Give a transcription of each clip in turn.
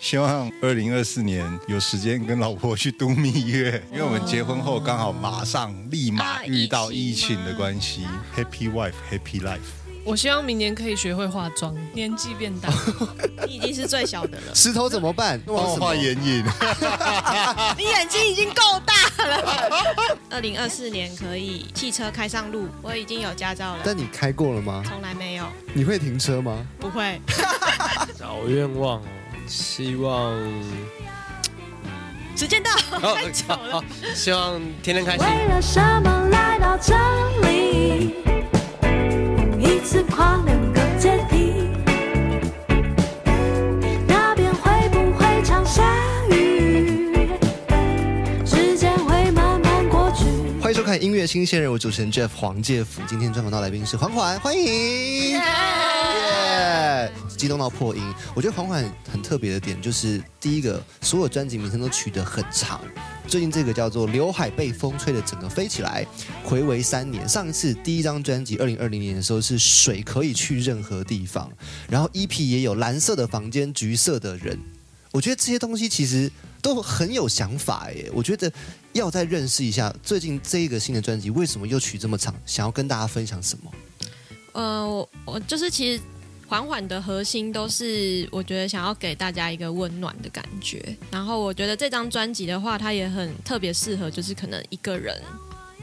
希望二零二四年有时间跟老婆去度蜜月，因为我们结婚后刚好马上立马啊遇到疫疫情情的关系，Happy wife, Happy life。我希望明年可以学会化妆，年纪变大， 你已经是最小 的了，石头怎么 办？帮我什么画眼影，你眼睛已经够大了。 二零二四年可以汽车开上路，我已经有驾照了，但你开过了吗？从来没有，你会停车吗？不会。小愿望哦，希望，时间到， 太久了哦。希望天天开心。为了什么来到这里？一次跨两个阶梯，那边会不会常下雨？时间会慢慢过去。欢迎收看音乐新鲜人，我主持人 Jeff 黄介甫。今天专访到来宾是缓缓，欢迎。耶！激动到破音。我觉得缓缓很特别的点就是，第一个，所有专辑名称都取得很长。最近这个叫做《刘海被风吹得整个飞起来》，回违三年。上一次第一张专辑二零二零年的时候是《水可以去任何地方》，然后 EP 也有《蓝色的房间》《橘色的人》。我觉得这些东西其实都很有想法耶。我觉得要再认识一下最近这一个新的专辑为什么又取这么长，想要跟大家分享什么？呃，我我就是其实缓缓的核心都是我觉得想要给大家一个温暖的感觉。然后我觉得这张专辑的话，它也很特别适合，就是可能一个人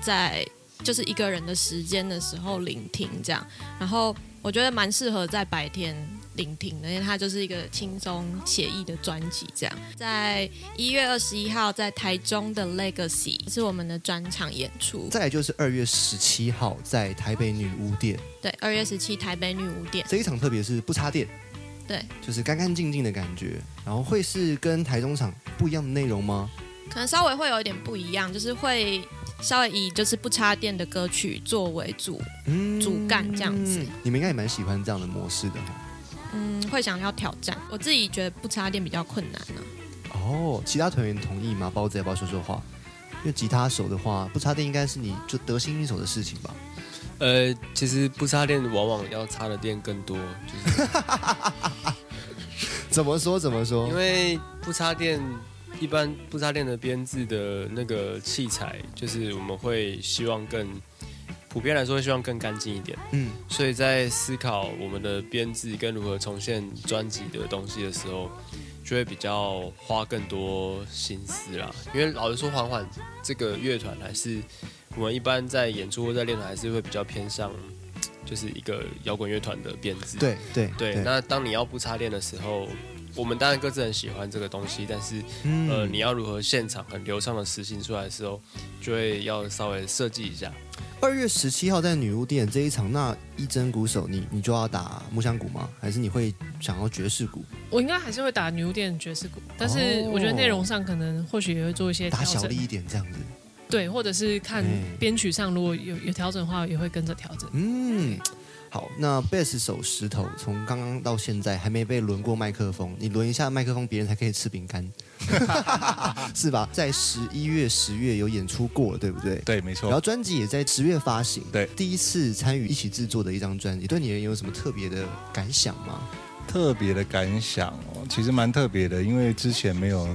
在就是一个人的时间的时候聆听这样。然后我觉得蛮适合在白天。聆听的，因为它就是一个轻松写意的专辑。这样，在一月二十一号在台中的 Legacy 是我们的专场演出。再来就是二月十七号在台北女巫店对，二月十七台北女巫店。这一场，特别是不插电，对，就是干干净净的感觉。然后会是跟台中场不一样的内容吗？可能稍微会有一点不一样，就是会稍微以就是不插电的歌曲作为主，嗯主干这样子，你们应该也蛮喜欢这样的模式的哈嗯，会想要挑战。我自己觉得不插电比较困难啊呢、哦，其他团员同意吗？包子要不要说说话？因为吉他手的话，不插电应该是你就得心应手的事情吧。呃，其实不插电往往要插的电更多，就是怎么说？怎么说因？为不插电，一般不插电的编制的那个器材，就是我们会希望更普遍来说希望更干净一点，嗯，所以在思考我们的编制跟如何重现专辑的东西的时候，就会比较花更多心思啦。因为老实说，缓缓这个乐团还是我们一般在演出或在练团还是会比较偏向。就是一个摇滚乐团的编制，对对对，那当你要不插电的时候，我们当然各自很喜欢这个东西，但是、嗯呃，你要如何现场很流畅的实行出来的时候，就会要稍微设计一下。二月十七号在女巫店这一场，那一真鼓手你你就要打木箱鼓吗？还是你会想要爵士鼓？我应该还是会打牛店爵士鼓，但是哦我觉得内容上可能或许也会做一些调打小力哎整，一点这样子？对，或者是看嗯编曲上如果有有调整的话，也会跟着调整。嗯，好。那贝斯手石头从刚刚到现在还没被轮过麦克风，你轮一下麦克风，别人才可以吃饼干，是吧？在十一月、十月有演出过了，对不对？ 对，没然后错。专辑也在十月发行，对第一次参与一起制作的一张专辑，对你而言有什么特别的感想吗？特别的感想哦，其实蛮特别的，因为之前没有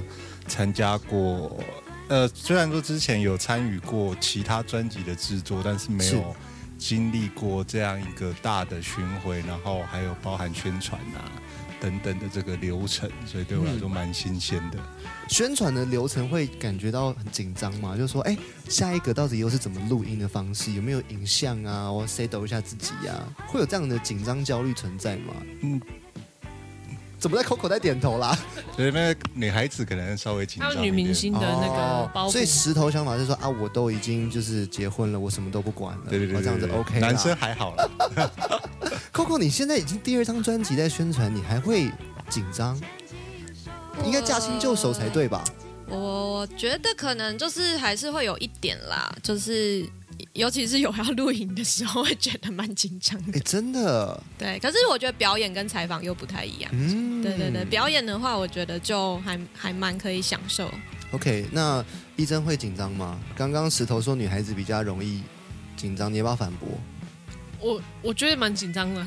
参加过。呃，虽然说之前有参与过其他专辑的制作，但是没是有经历过这样一个大的巡回，然后还有包含宣传啊等等的这个流程，所以对我来说蛮新鲜的。宣传的流程会感觉到很紧张嘛？就说，哎，下一个到底又是怎么录音的方式？有没有影像啊？我 set 一下自己呀、啊？会有这样的紧张焦虑存在吗？嗯，怎么在口口在点头啦？所以那个女孩子可能稍微紧还张一啊有点。女明星的那个哦包所以袱，石头想法是说啊，我都已经就是结婚了，我什么都不管了，对对对我对这样子对 OK 啦男生还好啦。 Coco，你现在已经第二张专辑在宣传，你还会紧张？应该驾轻就熟才对吧？我觉得可能就是还是会有一点啦，就是尤其是有要录影的时候，会觉得蛮紧张哎，的。真的， 对，可是我觉得表演跟采访又不太一样。嗯，对对对，表演的话，我觉得就还还蛮可以享受。 OK，那一真会紧张吗？刚刚石头说女孩子比较容易紧张，你要不要反驳？我我觉得蛮紧张的，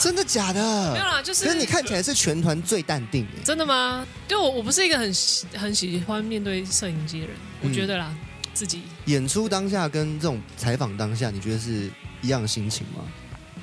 真的假没有的？啦，就是嗯可是你看起来是全团最淡定耶真的吗？对我我不是一个很喜很喜欢面对摄影机的人，嗯我觉得啦，自己演出当下跟这种采访当下，你觉得是一样的心情吗？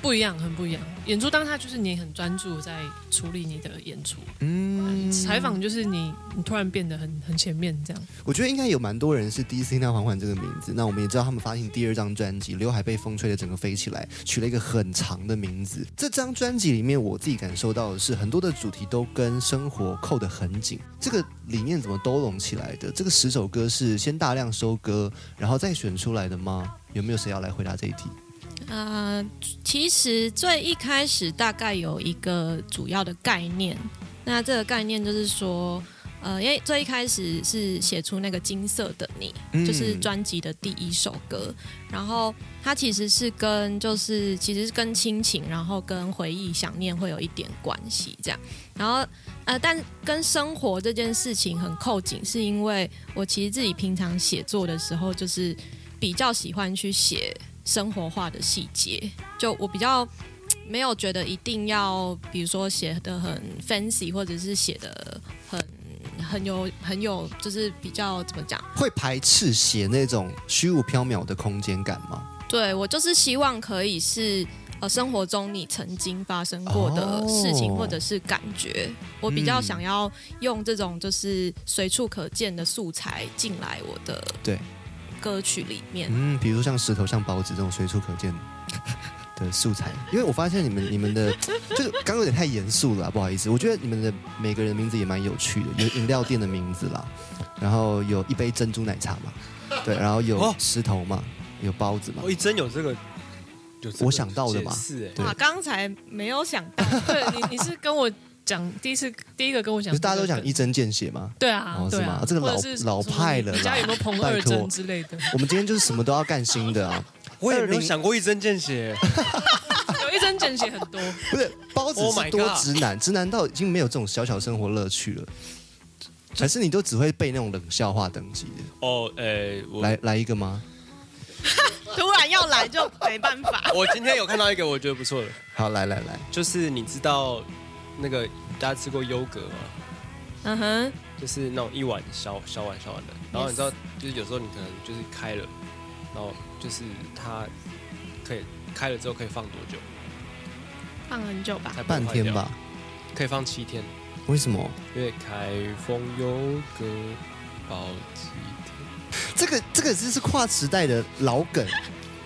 不一样，很不一样。演出当下就是你很专注在处理你的演出，嗯，采访就是你你突然变得很很前面这样。我觉得应该有蛮多人是第一次听到缓缓这个名字。那我们也知道他们发行第二张专辑《刘海被风吹得整个飞起来》，取了一个很长的名字。这张专辑里面，我自己感受到的是很多的主题都跟生活扣得很紧。这个理念怎么兜拢起来的？这个十首歌是先大量收歌，然后再选出来的吗？有没有谁要来回答这一题？呃，其实最一开始大概有一个主要的概念，那这个概念就是说，呃，因为最一开始是写出那个金色的你，嗯就是专辑的第一首歌，然后它其实是跟就是其实是跟亲情，然后跟回忆、想念会有一点关系这样，然后呃，但跟生活这件事情很扣紧，是因为我其实自己平常写作的时候，就是比较喜欢去写生活化的细节，就我比较没有觉得一定要，比如说写的很 fancy，或者是写的很很有很有，就是比较怎么讲？嗯会排斥写那种虚无缥缈的空间感吗？对我就是希望可以是呃生活中你曾经发生过的事情哦或者是感觉，我比较嗯想要用这种就是随处可见的素材进来我的对歌曲里面。嗯，比如说像石头、像报纸这种随处可见的素材。因为我发现你们你们的就是刚刚有点太严肃了啊、不好意思。我觉得你们的每个人的名字也蛮有趣的，有饮料店的名字啦，然后有一杯珍珠奶茶嘛，对，然后有哦石头嘛，有包子嘛我。一真有这个，有这个我想到的嘛解释哎嗯对哇，刚才没有想到，对你你是跟我讲第一次第一个跟我讲不是这个梗，大家都讲一针见血吗？对啊哦是对吗啊啊，这个老或者是什么老派了啦你家有没有彭拜二托珍之类的？我们今天就是什么都要干新的啊，我也没有20想过一针 见血，有一针见血很多，不是包子 Oh 是 my 多 God 直男，直男到已经没有这种小小生活乐趣了，还是你都只会背那种冷笑话等级的？哦，呃，我来来一个吗？突然要来就没办法。 我今天有看到一个我觉得不错的，好，来来来，就是你知道那个大家吃过优格吗？ 嗯哼，就是那种一碗小小碗小碗的，然后你知道，就是有时候你可能就是开了，然后就是它可以开了之后可以放多久？放很久吧。才不会半坏天掉？吧？可以放七天，为什么？因为开封优格包鸡天。这个这个真是跨时代的老梗。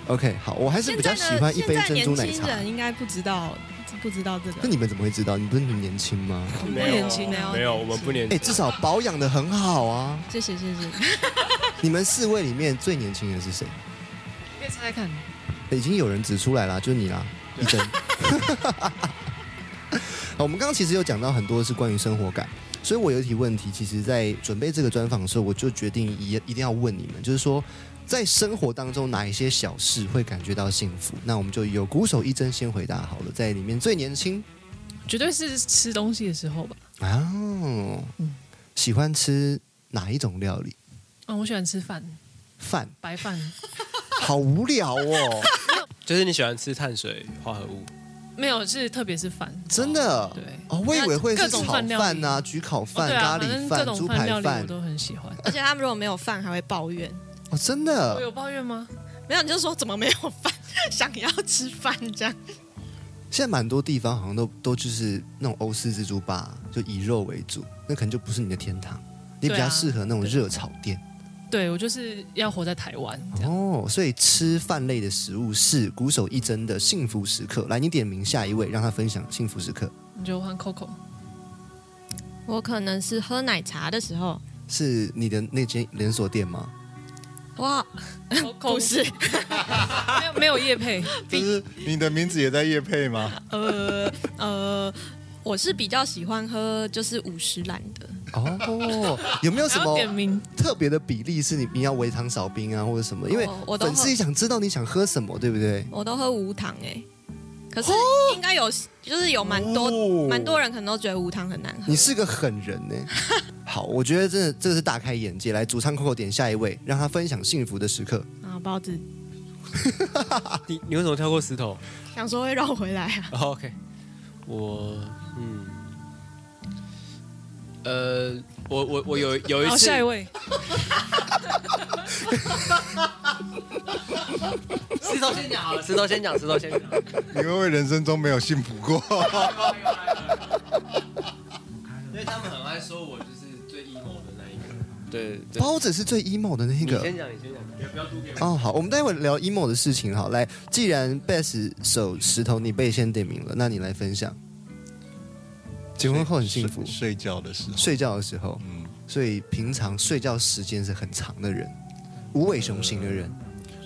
OK，好，我还是比较喜欢一杯珍珠奶茶。应该不知道，不知道这那。你们怎么会知道？你不是很年轻吗？很不没有啊年轻没有没有，我们不年啊哎、至少保养的很好啊。谢谢谢谢。你们四位里面最年轻的是谁？可以猜猜看。已经有人指出来啦，就是你 啦，一真。好，我们刚刚其实有讲到很多是关于生活感，所以我有一题问题，其实在准备这个专访的时候，我就决定一一定要问你们，就是说在生活当中哪一些小事会感觉到幸福？那我们就有鼓手一真先回答好了，在里面最年轻绝对是吃东西的时候吧。啊，嗯喜欢吃哪一种料理？啊，我喜欢吃饭，饭，白饭。 好无聊哦，就是你喜欢吃碳水化合物，没有，是特别是饭。真的。对哦，我以为会是各炒种饭料饭理啊、焗烤哦饭、对咖啊，反喱正各饭、种猪饭排料理我饭，都很喜欢。而且他们如果没有饭，还会抱怨。哦，真我的。有抱怨吗？没有，你就说怎么没有饭， 想要吃饭这样。现在蛮多地方好像都都就是那种欧式自助吧，就以肉为主，那可能就不是你的天堂，你比对较啊适合那种对热炒店。对我就是要活在台湾这样。哦，所以吃饭类的食物是鼓手一真的幸福时刻。来，你点名下一位，让他分享幸福时刻你就换 Coco，我可能是喝奶茶的时候，是你的那间连锁店吗？哇，不 不是，啊没有没有叶配，就是你的名字也在夜配吗？ 呃呃，我是比较喜欢喝就是五十兰的。哦，有没有 什然后么点名特别的比例是你你要微糖少冰啊，或者什么？因为哦我都粉丝喝也想知道你想喝什么，对不 对？我都喝无糖哎、可是应该有，就是有蛮多哦蛮、多人可能都觉得无糖很难喝。你是个狠人呢、好，我觉得真的这是大开眼界。来，主唱 Coco 点下一位，让他分享幸福的时刻。啊，包子，你你为什么跳过石头、想说会绕回来啊。 o o k 我嗯，呃，我我我有有一好，次下一位，石头先讲好了，石头先讲，石头先讲。你会不会人生中没有幸福过？ 因为他们很爱说我就是最 emo 的那一个。对，对包子是最 emo 的那你个先讲，你先讲，不要不要哦。好，我们待会聊 emo 的事情。好，来，既然 Bass 手石头你被先点名了，那你来分享。 结婚后很幸福睡，睡觉的时候，睡觉的时候，嗯，所以平常睡觉时间是很长的人，无尾熊型的人。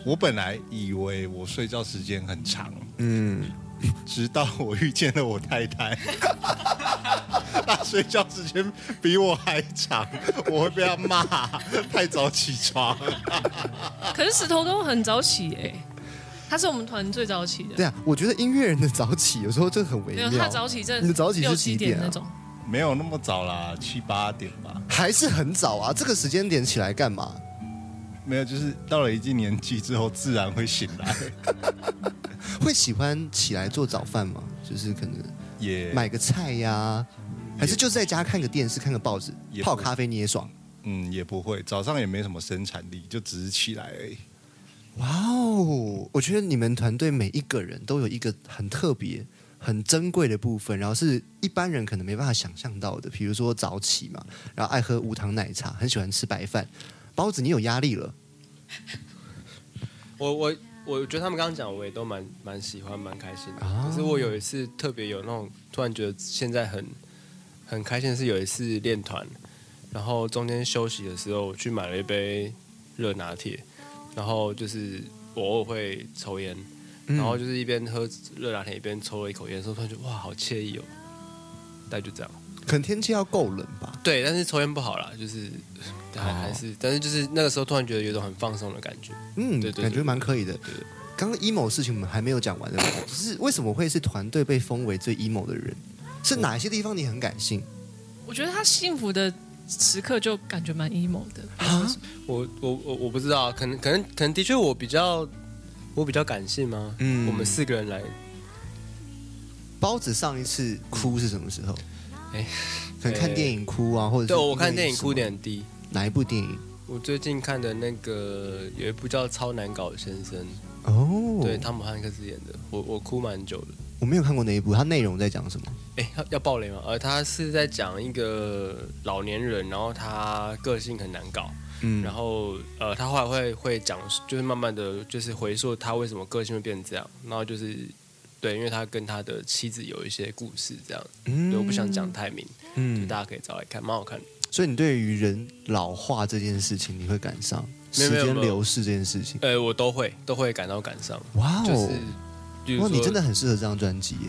我本来以为我睡觉时间很长，嗯，直到我遇见了我太太， 她睡觉时间比我还长，我会被她骂，太早起床。可是石头都很早起哎、他是我们团最早起的对，啊，我觉得音乐人的早起 有时候就很微没有他妙，早起真的你的早起是六几七点点啊那种，没有那么早啦，七八点吧。还是很早啊。这个时间点起来干嘛？没有，就是到了一定年纪之后，自然会醒来。会喜欢起来做早饭吗？就是可能也买个菜呀、还是就在家看个电视、看个报纸也、不泡咖啡你也爽。嗯，也不会，早上也没什么生产力，就只是起来而已。哇哦！我觉得你们团队每一个人都有一个很特别、很珍贵的部分，然后是一般人可能没办法想象到的，比如说早起嘛，然后爱喝无糖奶茶，很喜欢吃白饭。包子，你有压力了，我我我觉得他们刚刚讲，我也都蛮蛮喜欢，蛮开心的。啊可是我有一次特别有那种突然觉得现在很很开心，的是有一次练团，然后中间休息的时候，我去买了一杯热拿铁，然后就是我偶尔会抽烟，然嗯后就是一边喝热拿铁一边抽了一口烟的时候，突然觉得哇，好惬意哦。大概就这样。可能天气要够冷吧。对，但是抽烟不好啦，就是还还是，但是就是那个时候突然觉得有一种很放松的感觉。嗯，对对对感觉蛮可以的对。刚刚 emo 的事情我们还没有讲完的，就是为什么会是团队被封为最 emo 的人？是哪些地方你很感性？我觉得他幸福的时刻就感觉蛮 emo 的，啊我我我我不知道，啊可能可能可能的确我比较我比较感性吗？嗯嗯，我们四个人来，包子上一次哭是什么时候？哎可能看电影哭啊，或者是对我看因为电影哭什么点很低。哪一部电影？我最近看的那个有一部叫《超难搞先生》，哦，对，汤姆汉克斯演的，我我哭蛮久的。我没有看过那一部，它内容在讲什么？哎，要要爆雷吗？呃，他是在讲一个老年人，然后他个性很难搞，嗯然后呃，他后来会会讲，就是慢慢的就是回溯他为什么个性会变成这样，然后就是对，因为他跟他的妻子有一些故事这样，嗯对，我不想讲太明。嗯，大家可以找来看，蛮好看的。所以你对于人老化这件事情，你会感伤，时没有没有间没有流逝这件事情。呃，我都会都会感到感伤，哇就是哦，，比如哇，说，你真的很适合这张专辑耶！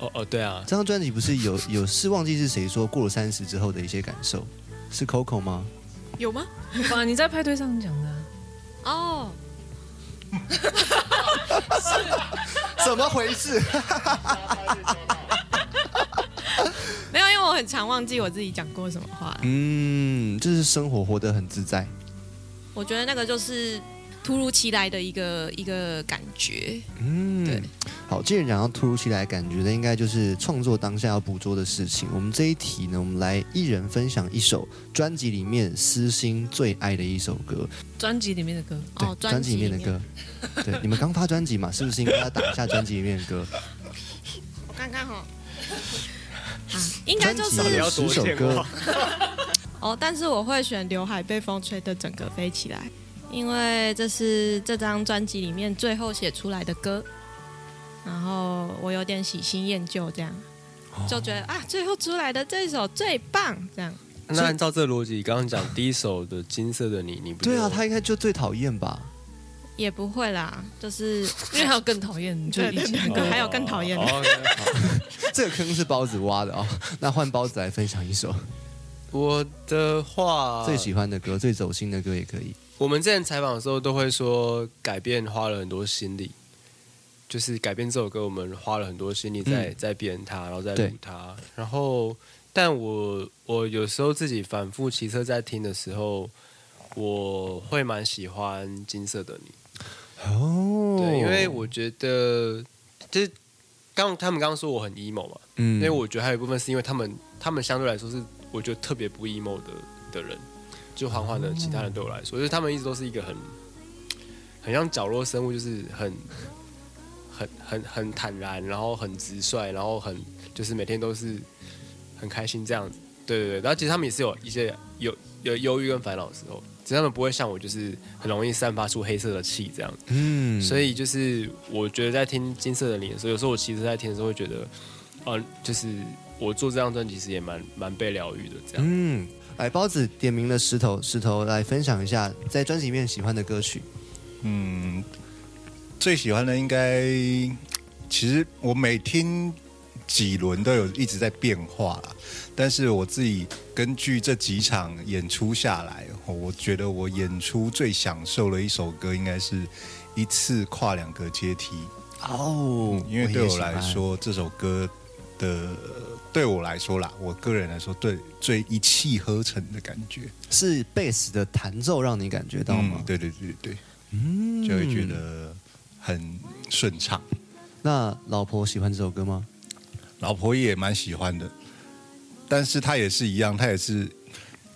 哦哦，对啊这，张专辑不是有有是忘记是谁说过了三十之后的一些感受，是 Coco 吗？有吗？哇，你在派对上讲的啊、哦，怎么回事？没有，因为我很常忘记我自己讲过什么话。 嗯，就是生活活得很自在。我觉得那个就是突如其来的一个一个感觉。嗯对，好，既然讲到突如其来的感觉，那应该就是创作当下要捕捉的事情。我们这一题呢，我们来一人分享一首专辑里面私心最爱的一首歌，专辑里面的歌，对，哦，专专辑辑里面的歌。对， 你们刚发专辑嘛，是不是应该要打一下专辑里面的 歌？我看看 哈。啊，应该就专辑是有十首歌，哦，但是我会选《刘海被风吹的整个飞起来》，因为这是这张专辑里面最后写出来的歌，然后我有点喜新厌旧，这样哦就觉得啊，最后出来的这首最棒，这样那按照这个逻辑，刚刚讲第一首的《金色的你》，你不对啊，就哦他应该就最讨厌吧？也不会啦，就是 因为还有更讨厌，就以前对还有更讨厌的哦哦，OK，好 这个坑是包子挖的 哦。那换包子来分享一首我的话，最喜欢的歌、最走心的歌也可以。我们之前采访的时候都会说，改变花了很多心力，就是改变这首歌，我们花了很多心力在、在编它，然后在嗯对录它。然后，但我我有时候自己反复骑车在听的时候，我会蛮喜欢《金色的你》，哦对，因为我觉得就是刚他们刚刚说我很 emo 嘛，嗯因为我觉得还有一部分是因为他们他们相对来说是我觉得特别不 emo 的的人，就缓缓的其他人对我来说，就是他们一直都是一个很很像角落生物，就是很很很很坦然，然后很直率，然后很就是每天都是很开心这样子。对对对，然后其实他们也是有一些有有忧郁跟烦恼的时候，只是他们不会像我，就是很容易散发出黑色的气这样子。嗯所以就是我觉得在听《金色的你》的时候，有时候我其实在听的时候会觉得，呃，就是我做这张专辑其实也蛮蛮被疗愈的这样。嗯，来包子点名了石头，石头来分享一下在专辑里面喜欢的歌曲。嗯，最喜欢的应该，其实我每听几轮都有一直在变化啦。但是我自己根据这几场演出下来，哦我觉得我演出最享受的一首歌应该是《一次跨两个阶梯》。哦因为对嗯我来，说，这首歌的对我来说啦，我个人来说，对最一气呵成的感觉。是贝斯的弹奏让你感觉到吗？嗯，对对对对，嗯就会觉得很顺畅。那老婆喜欢这首歌吗？老婆也蛮喜欢的，但是她也是一样，她也是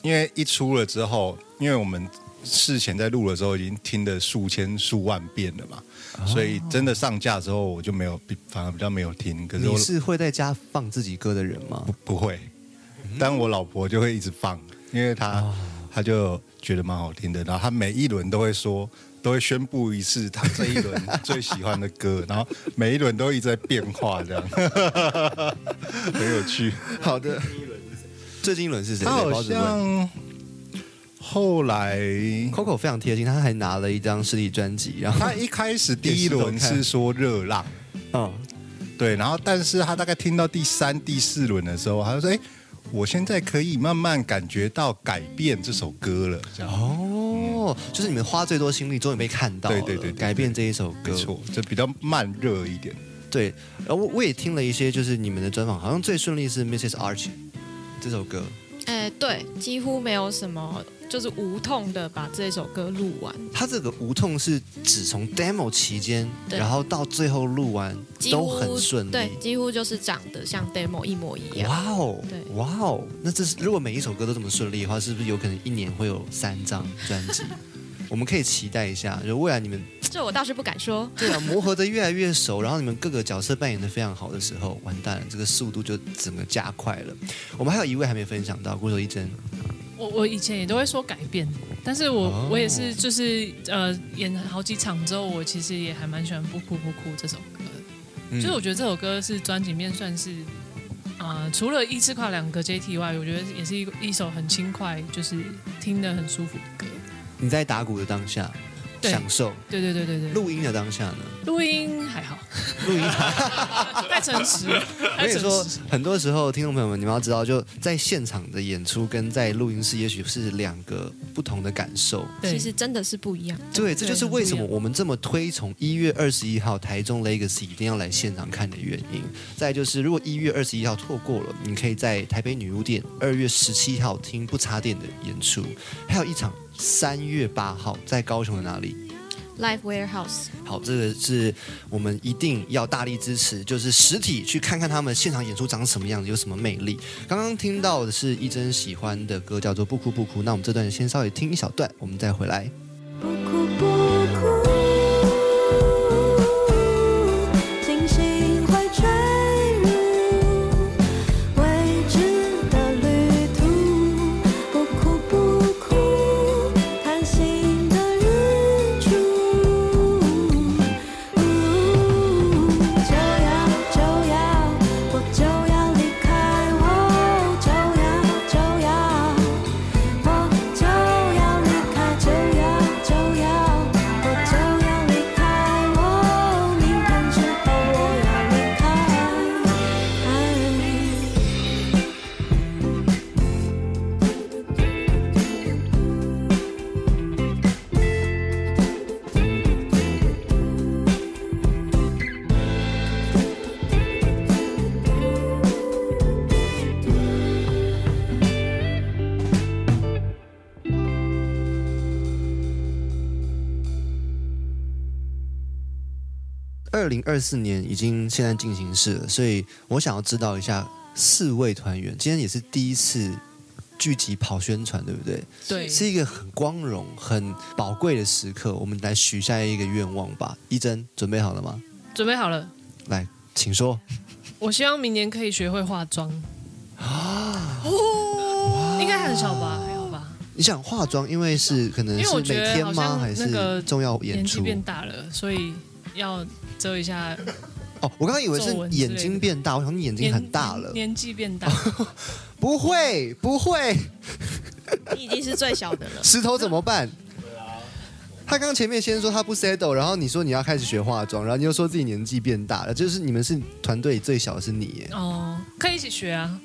因为一出了之后，因为我们事前在录的时候已经听了数千数万遍了嘛，所以真的上架之后我就没有，比反而比较没有听。可是你我是会在家放自己歌的人吗不？不会，但我老婆就会一直放，因为她、哦她就觉得蛮好听的，然后她每一轮都会说。都会宣布一次她这一轮最喜欢的歌，然后每一轮都一直在变化，这样 很有趣。好的。最近一轮是谁？他对好包子问像后来 Coco 非常贴心，他还拿了一张实体专辑，然后他一开始第一轮是说热浪，嗯，对，然后但是他大概听到第三、第四轮的时候，他就说：“哎，我现在可以慢慢感觉到改变这首歌了。”这样，哦，就是你们花最多心力，终于被看到了，嗯对对对对对改变这一首没歌，错，就比较慢热一点。对，然后我我也听了一些，就是你们的专访，好像最顺利是 Mrs. Arch 这首歌，哎、对，几乎没有什么，就是无痛的把这首歌录完，它这个无痛是只从 demo 期间，对然后到最后录完几都乎很顺对，利。几乎就是长得像 demo 一模一样。哇哦对，哇哦！那这是如果每一首歌都这么顺利的话，是不是有可能一年会有三张专 辑？我们可以期待一下，就未来你们这我倒是不敢说，对啊磨合的越来越熟，然后你们各个角色扮演的非常好的时候，完蛋了，这个速度就整个加快了。我们还有一位还没分享到，鼓手一真，我我以前也都会说改变，但是我、哦我也是就是呃演了好几场之后，我其实也还蛮喜欢《不哭不哭》这首歌的，嗯就是我觉得这首歌是专辑里面算是啊、呃除了一次跨两个阶梯以外，我觉得也是一一首很轻快，就是听得很舒服的歌。你在打鼓的当下对享受，对对对对对，录录音的当下呢？录音 还好，录音，啊 太诚实了，我太跟你诚说实。，很多时候听众朋友们，你们要知道，就在现场的演出跟在录音室，也许是两个不同的感受。对其实真的是不一样。对，这就是为什么很不一我们这么推崇一月二十一号台中 Legacy 一定要来现场看的原因。再就是，如果一月二十一号错过了，你可以在台北女巫店二月十七号听不插电的演出，还有一场三月八号在高雄的哪里？ Live Warehouse，好，这个是我们一定要大力支持，就是实体去看看他们现场演出长什么样子，有什么魅力。刚刚听到的是一真喜欢的歌，叫做《不哭不哭》。那我们这段先稍微听一小段，我们再回来。不哭不哭，清醒会坠入未知的旅途。不哭不哭，贪心的日出。就要就要，我就要离开我，就要就要。我就要离开，就要二零二四年已经现在进行式了，所以我想要知道一下四位团员，今天也是第一次聚集跑宣传，对不对？对，是一个很光荣、很宝贵的时刻，我们来许下一个愿望吧。一真准备好了吗？准备好了。来，请说。我希望明年可以学会化妆。啊哦应该很少吧，还好吧。你想化妆，因为是可能啊因为是我每觉得天好吗？像还那是个重要演年纪出？变大了，所以要遮一下哦，我刚刚以为是皱纹之类眼的睛变大，我想你眼睛年很大了。年纪变大。不会，不会，你已经是最小的了。石头怎么办？他刚前面先说他不 settle，然后你说你要开始学化妆，然后你又说自己年纪变大了，就是你们是团队里最小的是你耶。哦，可以一起学啊。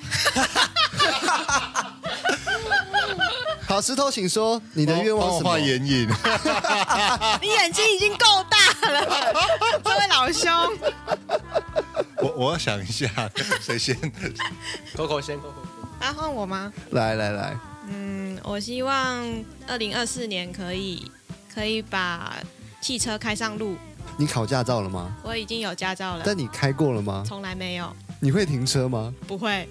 好，石头，请说你的愿望帮我是什么画？眼影，你眼睛已经够大 了，这位老兄， 我我要想一下，谁先？ Coco 先，Coco 啊，换我吗？来来来，嗯，我希望二零二四年可以可以把汽车开上路。你考驾照了吗？我已经有驾照了，但你开过了吗？从来没有，你会停车吗？不会。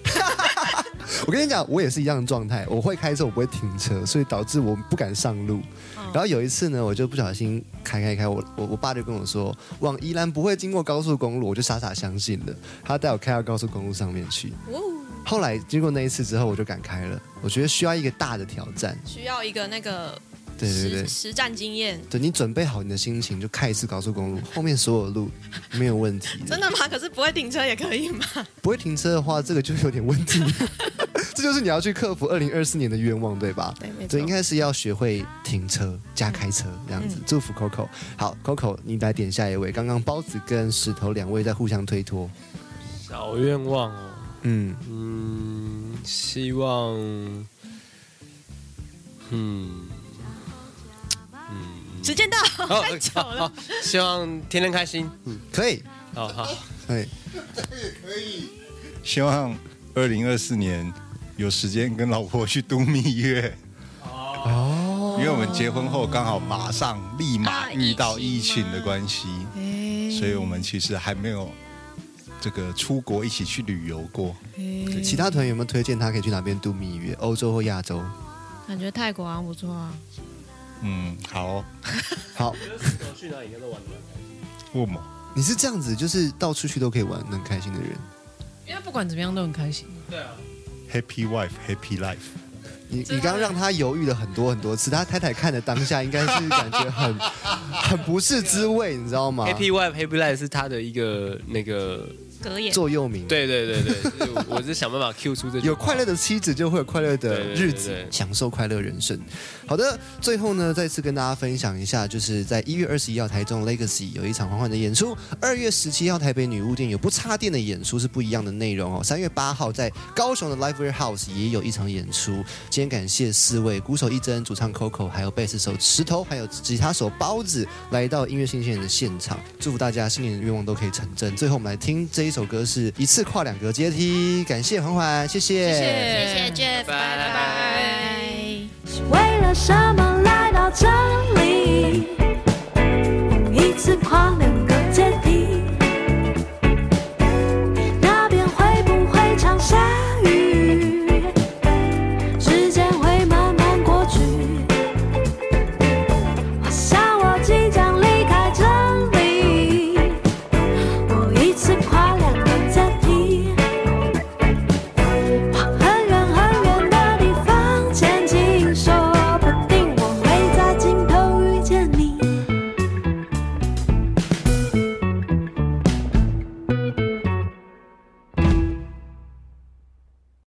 我跟你讲，我也是一样的状态。我会开车，我不会停车，所以导致我不敢上路。嗯然后有一次呢，我就不小心开开开，我我我爸就跟我说，往宜兰不会经过高速公路，我就傻傻相信了。他带我开到高速公路上面去。哦，后来经过那一次之后，我就敢开了。我觉得需要一个大的挑战。需要一个那个对对对实，实战经验。对你准备好你的心情，就开一次高速公路，后面所有路没有问题。真的吗？可是不会停车也可以吗？不会停车的话，这个就有点问 题。这就是你要去克服二零二四年的愿望，对吧？对，没对，应该是要学会停车加开车这样嗯子。祝福 Coco。好，Coco，你来点下一位。刚刚包子跟石头两位在互相推脱。小愿望哦，嗯，嗯，希望，嗯，嗯，时间到，好太久了。 希望天天开心。嗯，啊可以。好好，哎， 希望二零二四年有时间跟老婆去度蜜月。哦，因为我们结婚后刚好马上立马啊遇到疫疫情情的关系，哎所以我们其实还没有这个出国一起去旅游过。嗯其他团员有没有推荐他可以去哪边度蜜月？欧洲或亚洲？感觉泰国好像不错啊。嗯，好哦、好，去哪里都玩问我你是这样子，就是到处去都可以玩，很开心的人。因为不管怎么样都很开心。 Happy Wife Happy Life。你你刚刚让他犹豫了很多很多次，他太太看的当下应该是感觉很 很不是滋味，你知道吗？ Happy Wife Happy Life 是他的一个那个，格言座右铭。对对对对，就是我我是想办法 Q 出这句话有快乐的妻子，就会有快乐的日子，对对对对享受快乐人生。好的，最后呢，再次跟大家分享一下，就是在一月二十一号台中 Legacy 有一场缓缓的演出，二月十七号台北女巫店有不插电的演出，是不一样的内容哦。三月八号在高雄的 Live Warehouse 也有一场演出。今天感谢四位鼓手一真、主唱 Coco，还有贝斯手石头，还有吉他手包子来到音乐新鲜人的现场，祝福大家新年的愿望都可以成真。最后我们来听这一首歌是一次跨两个阶梯，感谢缓缓，谢谢谢谢谢 Jeff，拜拜拜拜为了什